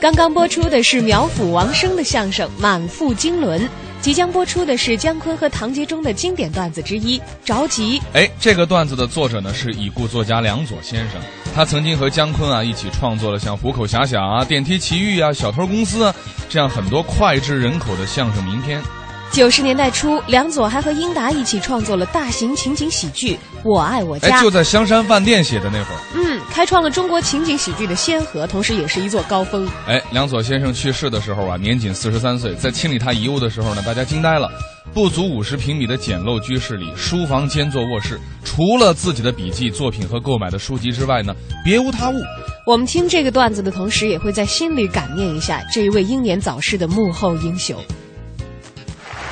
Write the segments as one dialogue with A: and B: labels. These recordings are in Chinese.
A: 刚刚播出的是苗阜王声的相声《满腹经纶》，即将播出的是姜昆和唐杰忠的经典段子之一《着急》。
B: 哎，这个段子的作者呢是已故作家梁左先生，他曾经和姜昆啊一起创作了像《虎口遐想》啊、《电梯奇遇》啊、《小偷公司啊》这样很多脍炙人口的相声名篇。
A: 九十年代初，梁左还和英达一起创作了大型情景喜剧《我爱我
B: 哎
A: 家》，
B: 就在香山饭店写的那会儿。
A: 嗯，开创了中国情景喜剧的先河，同时也是一座高峰。
B: 哎，梁左先生去世的时候啊，年仅四十三岁，在清理他遗物的时候呢，大家惊呆了。不足五十平米的简陋居室里，书房兼做卧室，除了自己的笔记、作品和购买的书籍之外呢，别无他物。
A: 我们听这个段子的同时，也会在心里感念一下这一位英年早逝的幕后英雄。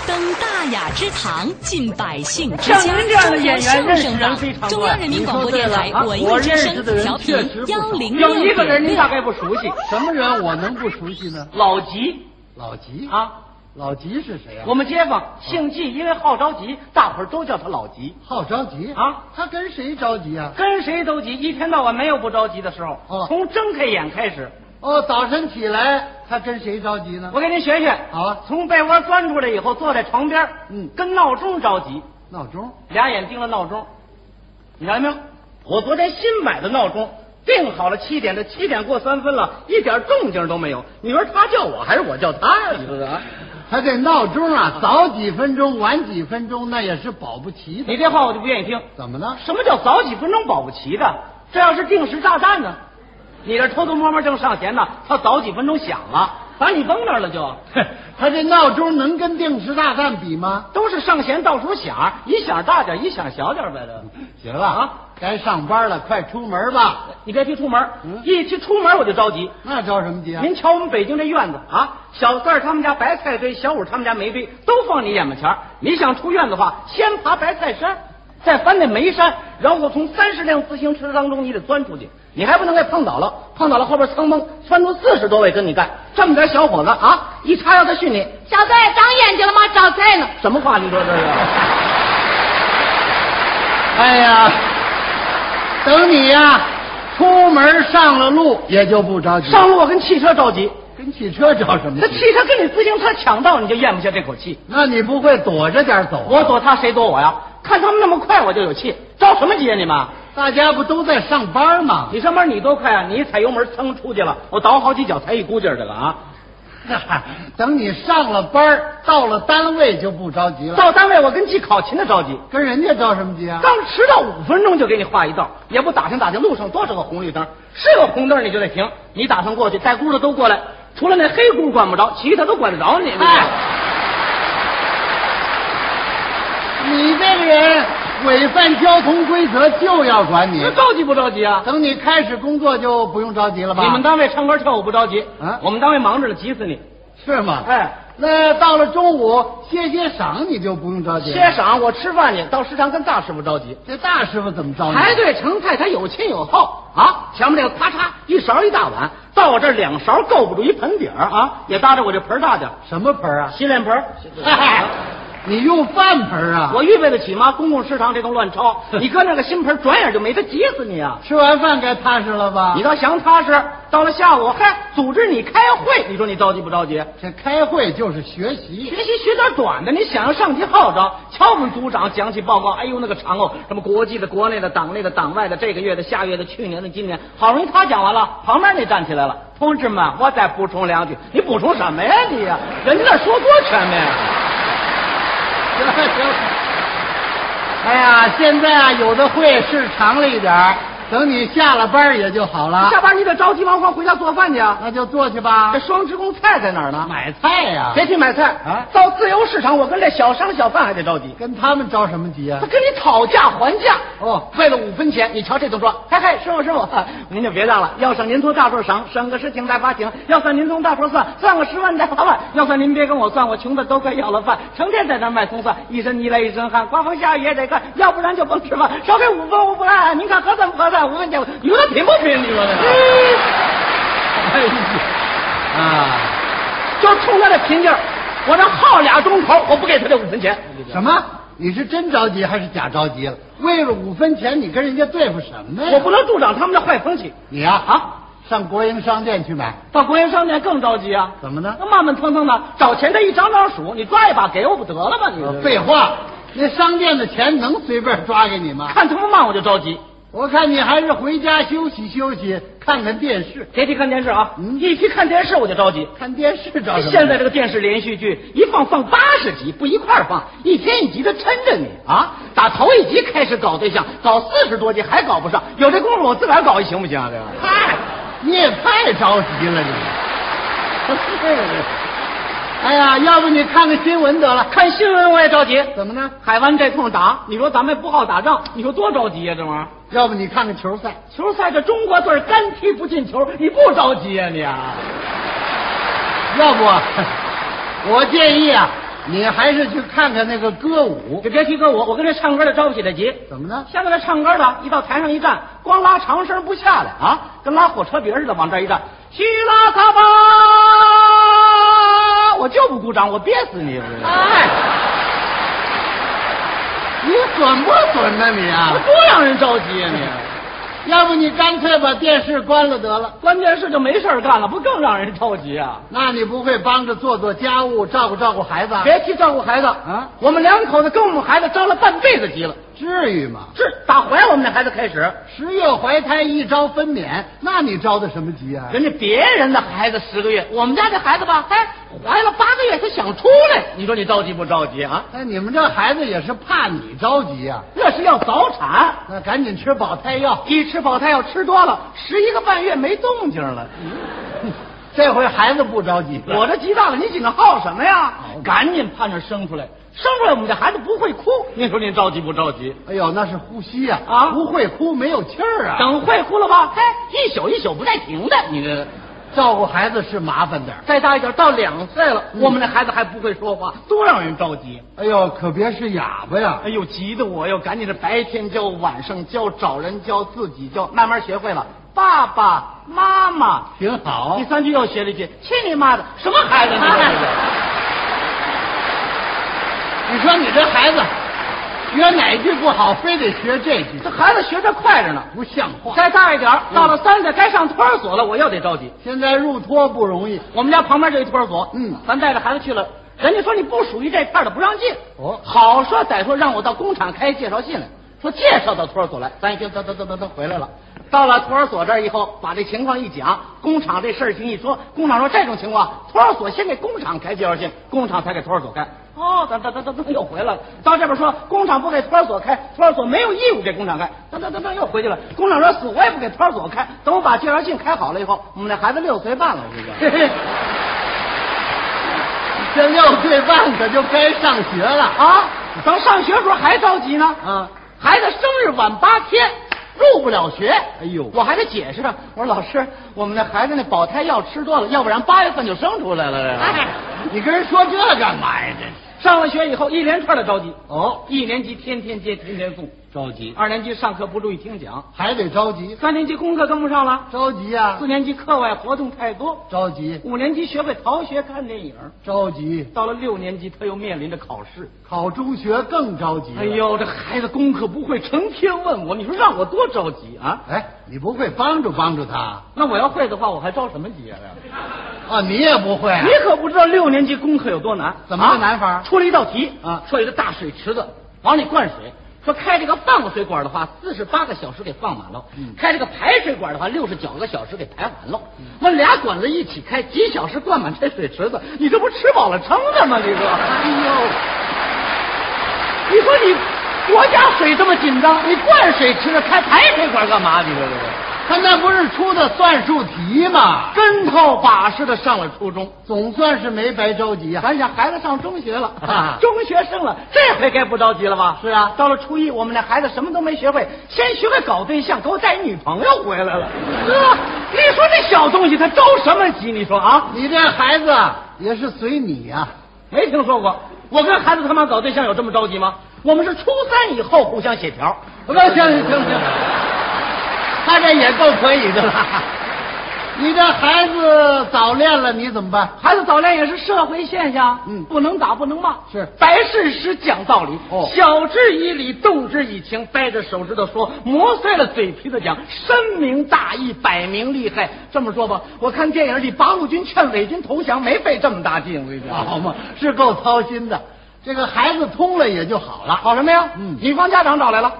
C: 登大雅之堂，进百姓之
D: 像
C: 家。
D: 您这样的
C: 中
D: 演
C: 央
D: 员
C: 相声
D: 认识人非
C: 榜，
D: 常
C: 中央人民广播电台
D: 啊
C: 文艺
D: 我
C: 之
D: 认识
C: 声
D: 的人
C: 调频
D: 确实不
C: 幺
D: 少
C: 零
D: 有一
C: 六
D: 个
C: 点
D: 人您
C: 六
D: 大。概不熟悉，
E: 什么人我能不熟悉呢？
D: 老吉
E: 老吉，
D: 啊，
E: 老吉是谁啊？
D: 我们街坊姓季，因为好着急，大伙儿都叫他老吉，
E: 好着急
D: 啊！
E: 他跟谁着急啊？
D: 跟谁都急，一天到晚没有不着急的时候。
E: 哦
D: 从睁开眼开始，
E: 哦，早晨起来他跟谁着急呢
D: 我？给您学学。
E: 好啊
D: 从被窝钻出来以后，坐在床边，
E: 嗯
D: 跟闹钟着急，
E: 闹钟。
D: 俩眼盯着闹钟，你瞧见没有？我昨天新买的闹钟。定好了七点，这七点过三分了，一点动静都没有。你说他叫我还是我叫他呀？你说是啊？
E: 他这闹钟啊，早几分钟，晚几分钟，那也是保不齐的。
D: 你这话我就不愿意听。
E: 怎么了？
D: 什么叫早几分钟保不齐的？这要是定时炸弹呢？你这偷偷摸摸正上弦呢，他早几分钟响了，把你崩那儿了就。
E: 他这闹钟能跟定时炸弹比吗？
D: 都是上弦倒数响，一响大点，一响小点呗都。
E: 行了
D: 啊，
E: 该上班了，快出门吧。
D: 你别提出门，
E: 嗯
D: 一提出门我就着急。
E: 那着什么急啊？
D: 您瞧我们北京这院子啊，小四儿他们家白菜堆，小五他们家煤堆，都放你眼巴前儿。你想出院子的话，先爬白菜山，再翻那煤山，然后从三十辆自行车当中你得钻出去，你还不能给碰倒了，碰倒了后边苍崩窜出四十多位跟你干。这么点小伙子啊，一叉腰他训你，
F: 小子，长眼睛了吗？找菜呢。
D: 什么话？你说这是？
E: 哎呀，等你呀、出门上了路也就不着急。
D: 上路我跟汽车着急，
E: 跟汽车着什么
D: 那
E: 急？
D: 汽车跟你自行车抢道，你就咽不下这口气。
E: 那你不会躲着点走啊？
D: 我躲他，谁躲我呀？看他们那么快，我就有气，着什么急呀、你们？
E: 大家不都在上班吗？
D: 你上班你多快啊！你一踩油门，噌出去了，我倒好几脚才一股劲儿，这个啊！
E: 等你上了班儿到了单位就不着急了。
D: 到单位我跟记考勤的着急，
E: 跟人家着什么急啊？
D: 刚迟到五分钟就给你画一道，也不打听打听路上多少个红绿灯，是个红灯你就得停，你打算过去，带轱辘都过来，除了那黑轱辘管不着，其余他都管得着你。
E: 哎，你这个人违反交通规则就要管你
D: 那。着急不着急啊？
E: 等你开始工作就不用着急了吧？
D: 你们单位唱歌跳舞不着急，
E: 啊
D: 我们单位忙着呢，急死你。
E: 是吗？
D: 哎，
E: 那到了中午歇歇晌你就不用着急了。
D: 歇晌我吃饭去，到食堂跟大师傅着急。
E: 这大师傅怎么着你？
D: 排队盛菜，他有前有后啊！前面那个咔嚓一勺一大碗，到我这儿两勺够不住一盆底儿啊！也搭着我这盆儿大点儿，
E: 什么盆儿啊？
D: 洗脸盆儿。
E: 嗨，你用饭盆儿啊？
D: 我预备得起吗？公共食堂这通乱 抄，你搁那个新盆儿，转眼就没，他急死你啊！
E: 吃完饭该踏实了吧？
D: 你倒想踏实，到了下午，嗨，组织你开会，你说你着急不着急？
E: 这开会就是学 习，
D: 学习学点短的，你想要上级号召，瞧我们组长讲起报告，哎呦那个长哦，什么国际的、国内的、党内的、党外的，这个月的、下月的、去年的、今年，好容易他讲完了，旁边那站起来了，同志们，我再补充两句，你补充什么呀你呀？人家那说多全面啊！
E: 行了行了。哎呀，现在啊，有的会是长了一点儿，等你下了班儿也就好了
D: 下。班你得着急忙慌回家做饭去啊！
E: 那就坐去吧
D: 这，双职工菜在哪儿呢？
E: 买菜呀、
D: 别去买菜
E: 啊
D: 到自由市场，我跟这小商小贩还得着急。
E: 跟他们着什么急啊
D: 他？跟你讨价还价
E: 哦
D: 为了五分钱，你瞧这动作，嗨嗨，师傅师傅， 您就别让了，要省您从大处省，省个十请再发请，要算您从大处算，算个十万再发万，要算您别跟我算，我穷的都快要了饭，成天在那儿卖葱蒜，一身泥来一身汗，刮风下雨也得干，要不然就甭吃饭，少给五分我不干，您看合算不合算？五分钱，你说他贫不贫？你说他，
E: 哎呀，啊，
D: 就是冲他这贫劲儿，我这耗俩钟头，我不给他这五分钱。
E: 什么？你是真着急还是假着急了？为了五分钱，你跟人家对付什么呀？
D: 我不能助长他们的坏风气。
E: 你呀啊
D: 啊，
E: 上国营商店去买。
D: 到国营商店更着急啊！
E: 怎么呢
D: 那慢慢腾腾的找钱，他一张张数，你抓一把给我不得了吗？你这
E: 呃废话，那商店的钱能随便抓给你吗？
D: 看他们慢我就着急。
E: 我看你还是回家休息休息，看看电视。
D: 别提看电视啊，
E: 嗯
D: 一提看电视我就着急。
E: 看电视找什么？
D: 现在这个电视连续剧一放放八十集，不一块儿放，一天一集的抻着你啊！打头一集开始搞对象，搞四十多集还搞不上，有这功夫我自个儿搞一行不行啊？这个
E: 嗨，你也太着急了，你。 是的。哎呀，要不你看看新闻得了？
D: 看新闻我也着急，
E: 怎么呢？
D: 海湾这通打，你说咱们不好打仗，你说多着急呀、这玩意儿，
E: 要不你看看球赛？
D: 球赛这中国队儿单踢不进球，你不着急呀、你啊？
E: 要不，我 建议啊，你还是去看看那个歌舞。
D: 就别提跟我，我跟这唱歌的着不起这急。
E: 怎么呢？
D: 现在这唱歌的，一到台上一站，光拉长声不下来啊，跟拉火车鼻儿似的，往这儿一站，希拉萨巴，我就不鼓掌，我憋死你！我这
E: 哎，你损不损呢你啊
D: 我？多让人着急呀、啊你！
E: 要不你干脆把电视关了得了？
D: 关键是就没事儿干了，不更让人着急啊？
E: 那你不会帮着做做家务，照顾照顾孩子啊？
D: 别提照顾孩子
E: 啊
D: 我们两口子跟我们孩子着了半辈子急了，
E: 至于吗？
D: 是打怀我们那孩子开始，
E: 十月怀胎，一朝分娩，那你着的什么急啊？
D: 人家别人的孩子十个月，我们家这孩子吧，哎，怀了八个月，他想出来，你说你着急不着急啊？
E: 那哎你们这孩子也是怕你着急呀、
D: 那是要 早产。
E: 那赶紧吃保胎药，
D: 一吃饱他要吃多了，十一个半月没动静了。
E: 这回孩子不着急了。
D: 我这急大了，你紧张耗什么呀？赶紧盼着生出来，生出来我们这孩子不会哭。您说您着急不着急？
E: 哎呦，那是呼吸呀、
D: 啊
E: 不会哭，没有气儿啊。
D: 等会哭了吧？嘿，一宿一宿不带停的。你这
E: 照顾孩子是麻烦点儿。
D: 再大一点，到两岁了，我们这孩子还不会说话，嗯多让人着急。
E: 哎呦，可别是哑巴呀
D: 哎！呦，急得我哟！赶紧的，白天教，晚上教，找人教，自己教，慢慢学会了。爸爸妈妈，
E: 挺好
D: 第。三句又学了一句：“去你妈的！”什么孩 子？你说这是？
E: 你说你这孩子学哪句不好，非得学这句，
D: 这孩子学这快着呢。
E: 不像话。
D: 再大一点儿，到了三岁该上托儿所了，我又得着急。
E: 现在入托不容易，
D: 我们家旁边就一托儿所，
E: 嗯
D: 咱带着孩子去了，人家说你不属于这片儿的不让进。
E: 哦
D: 好说歹说让我到工厂开介绍信来，说介绍到托儿所来，咱一听，得得得得得回来了。到了托儿所这儿以后，把这情况一讲，工厂这事情一说，工厂说这种情况，托儿所先给工厂开介绍信，工厂才给托儿所开。哦，等等等等等，又回来了。到这边说工厂不给托儿所开，托儿所没有义务给工厂开。等等等等，又回去了。工厂说死活也不给托儿所开。等我把介绍信开好了以后，我们那孩子六岁半了，我跟你讲。
E: 嘿嘿这六岁半可就该上学了。
D: 啊，等上学时候还着急呢。
E: 啊，
D: 孩子生日晚八天，入不了学。
E: 哎呦
D: 我还得解释呢。我说老师，我们那孩子那保胎药吃多了，要不然八月份就生出来了。这个
E: 哎，你跟人说这干嘛呀？这是
D: 上了学以后一连串的着急。
E: 哦，
D: 一年级天天接，天天送；
E: 着急，
D: 二年级上课不注意听讲；
E: 还得着急，
D: 三年级功课跟不上了；
E: 着急呀、
D: 四年级课外活动太多；
E: 着急，
D: 五年级学会逃学看电影；
E: 着急，
D: 到了六年级，他又面临着考试。
E: 考中学更着急。
D: 哎，呦，这孩子功课不会，成天问我，你说让我多着急啊！
E: 哎，你不会帮助帮助他
D: 那我要会的话，我还着什么急啊？这
E: 啊？你也不会啊、
D: 你可不知道六年级功课有多难，
E: 怎么个
D: 啊
E: 难法
D: 出了一道题
E: 啊
D: 说有一个大水池子，往里灌水，说开这个放水管的话，四十八个小时给放满了；
E: 嗯
D: 开这个排水管的话，六十九个小时给排完了。那俩管子一起开，几小时灌满这水池子，你这不吃饱了撑的吗？你说， 哎呦，你说你国家水这么紧张，你灌水池子开排水管干嘛？你说这个。
E: 他那不是出的算术题吗？
D: 跟头把式的上了初中，
E: 总算是没白着急呀、
D: 咱想孩子上中学了，
E: 啊
D: 中学生了，这回该不着急了吧？
E: 是啊
D: 到了初一，我们那孩子什么都没学会，先学会搞对象，给我带一女朋友回 来了。呵，你说这小东西他着什么急？你说啊？
E: 你这孩子也是随你呀、
D: 没听说过，我跟孩子他妈搞对象有这么着急吗？我们是初三以后互相协调。
E: 不行行行行，他这也够可以的了。 你这孩子早恋了，你怎么办？
D: 孩子早恋也是社会现象，
E: 嗯
D: 不能打，不能骂，
E: 是
D: 白事实讲道理，
E: 哦
D: 晓之以理，动之以情，掰着手指头说，磨碎了嘴皮子讲，深明大义，摆明利害。这么说吧，我看电影里八路军劝伪军投降，没费这么大劲，我跟你讲，
E: 好嘛，是够操心的。这个孩子通了也就好了。
D: 好什么呀？
E: 嗯
D: 女方家长找来了，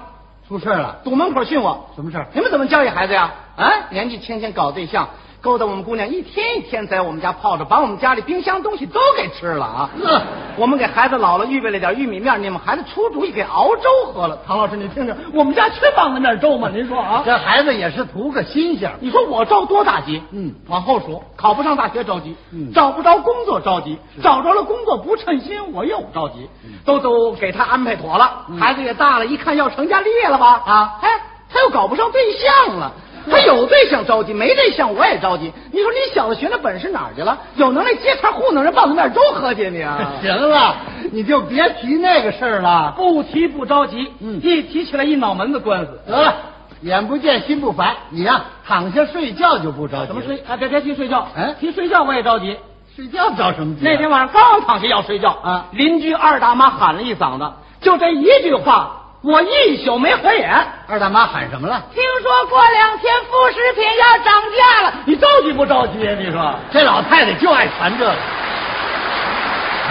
E: 出事了，
D: 堵门口训我，
E: 什么事儿
D: 你们怎么教育孩子呀？啊，年纪轻轻搞对象，勾搭我们姑娘，一天一天在我们家泡着，把我们家里冰箱东西都给吃了啊！
E: 呃
D: 我们给孩子姥姥预备了点玉米面，你们孩子出主意给熬粥喝
E: 呃
D: 了。唐老师，你听听，我们家缺棒子面粥吗？您说 啊？
E: 这孩子也是图个新鲜。
D: 你说我着多大急？
E: 嗯
D: 往后数，考不上大学着急，
E: 嗯
D: 找不着工作着急，找着了工作不称心，我又着急，
E: 嗯
D: 都都给他安排妥了，孩子也大了，一看要成家立业了吧？
E: 啊
D: 哎，
E: 嗯
D: 他又搞不上对象了。他有对象着急，没对象我也着急。你说你小子学那本事哪儿去了？有能耐接茬糊弄人，棒子面粥喝去你啊！
E: 行了，你就别提那个事儿了。
D: 不提不着急，
E: 嗯
D: 一提起来一脑门子官司。
E: 得了，眼不见心不烦，你呀、躺下睡觉就不着急。
D: 怎么？睡？啊，别别提睡觉，
E: 嗯
D: 提睡觉我也着急。
E: 睡觉着什么急啊、
D: 那天晚上刚躺下要睡觉
E: 啊
D: 邻居二大妈喊了一嗓子，就这一句话，我一宿没合眼。
E: 二大妈喊什么了？
D: 听说过两天副食品要涨价了，你着急不着急啊？你说？
E: 这老太太就爱传这个。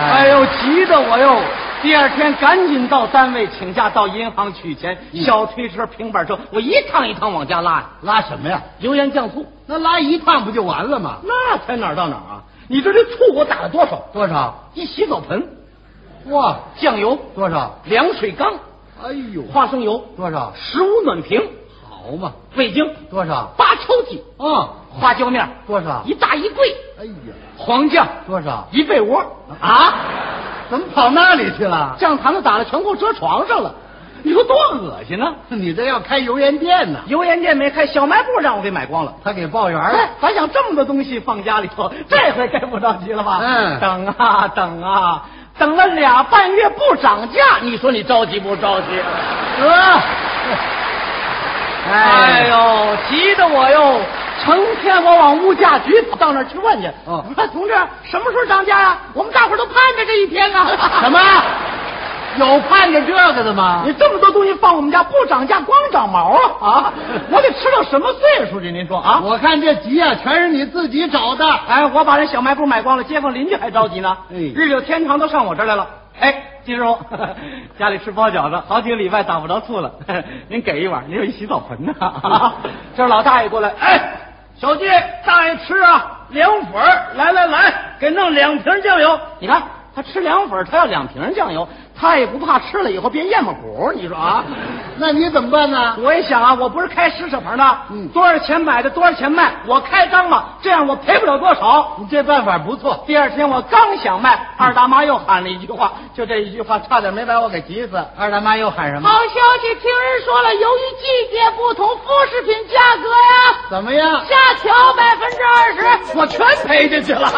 D: 哎呦，急得我哟！第二天赶紧到单位请假，到银行取钱。
E: 嗯
D: 小推车、平板车，我一趟一趟往家拉呀，
E: 拉什么呀？
D: 油盐酱醋，
E: 那拉一趟不就完了吗？
D: 那才哪儿到哪儿啊？你知道这醋我打了多少？
E: 多少？
D: 一洗澡盆，
E: 哇，
D: 酱油，
E: 多少？
D: 凉水缸，
E: 哎呦，
D: 花生油，
E: 多少？
D: 十五暖瓶，
E: 好嘛，
D: 味精
E: 多少？
D: 八抽屉，
E: 啊，
D: 花椒面
E: 多少
D: 一大一柜，
E: 哎呀，
D: 黄酱
E: 多少？
D: 一被窝啊，
E: 怎么跑那里去了？
D: 酱坛子打了全给我折床上了，你说多恶心呢？
E: 你这要开油盐店呢？
D: 油盐店没开，小卖部让我给买光了。
E: 他给报员
D: 哎
E: 了。，
D: 反想这么多东西放家里头，这回该不着急了吧？
E: 嗯
D: 等啊等啊，等了俩半月不涨价，你说你着急不着急？
E: 得，
D: 哎，呦，急得我哟！成天我往物价局到那儿去问去。
E: 哦
D: 我说同志，什么时候涨价呀、我们大伙儿都盼着这一天啊。
E: 什？么？有盼着这个的吗
D: 你？这么多东西放我们家不涨价，光长毛啊 啊！我得吃到什么岁数去？您说啊？
E: 我看这急啊，全是你自己找的。
D: 哎，我把这小卖部买光了，街坊邻居还着急呢。
E: 哎
D: 日久天长都上我这儿来了。哎，金 师傅，家里吃包饺子，好几个礼拜打不着醋了， 您给一碗，您有一洗澡盆呢。 这老大爷过来，哎，小弟，大爷吃啊，凉粉儿，来来来，给弄两瓶酱油。你看他吃凉粉儿，他要两瓶酱油，他也不怕吃了以后变咽巴骨，你说啊？
E: 那你怎么办呢？
D: 我一想啊，我不是开施舍盆的，
E: 嗯
D: 多少钱买的多少钱卖，我开张嘛，这样我赔不了多少。
E: 你这办法不错。
D: 第二天我刚想卖，二大妈又喊了一句话，就这一句话差点没把我给急死。
E: 二大妈又喊什么？
F: 好消息，听人说了，由于季节不同，副食品价格呀
E: 怎么样？
F: 下调百分之二十。
D: 我全赔进去了。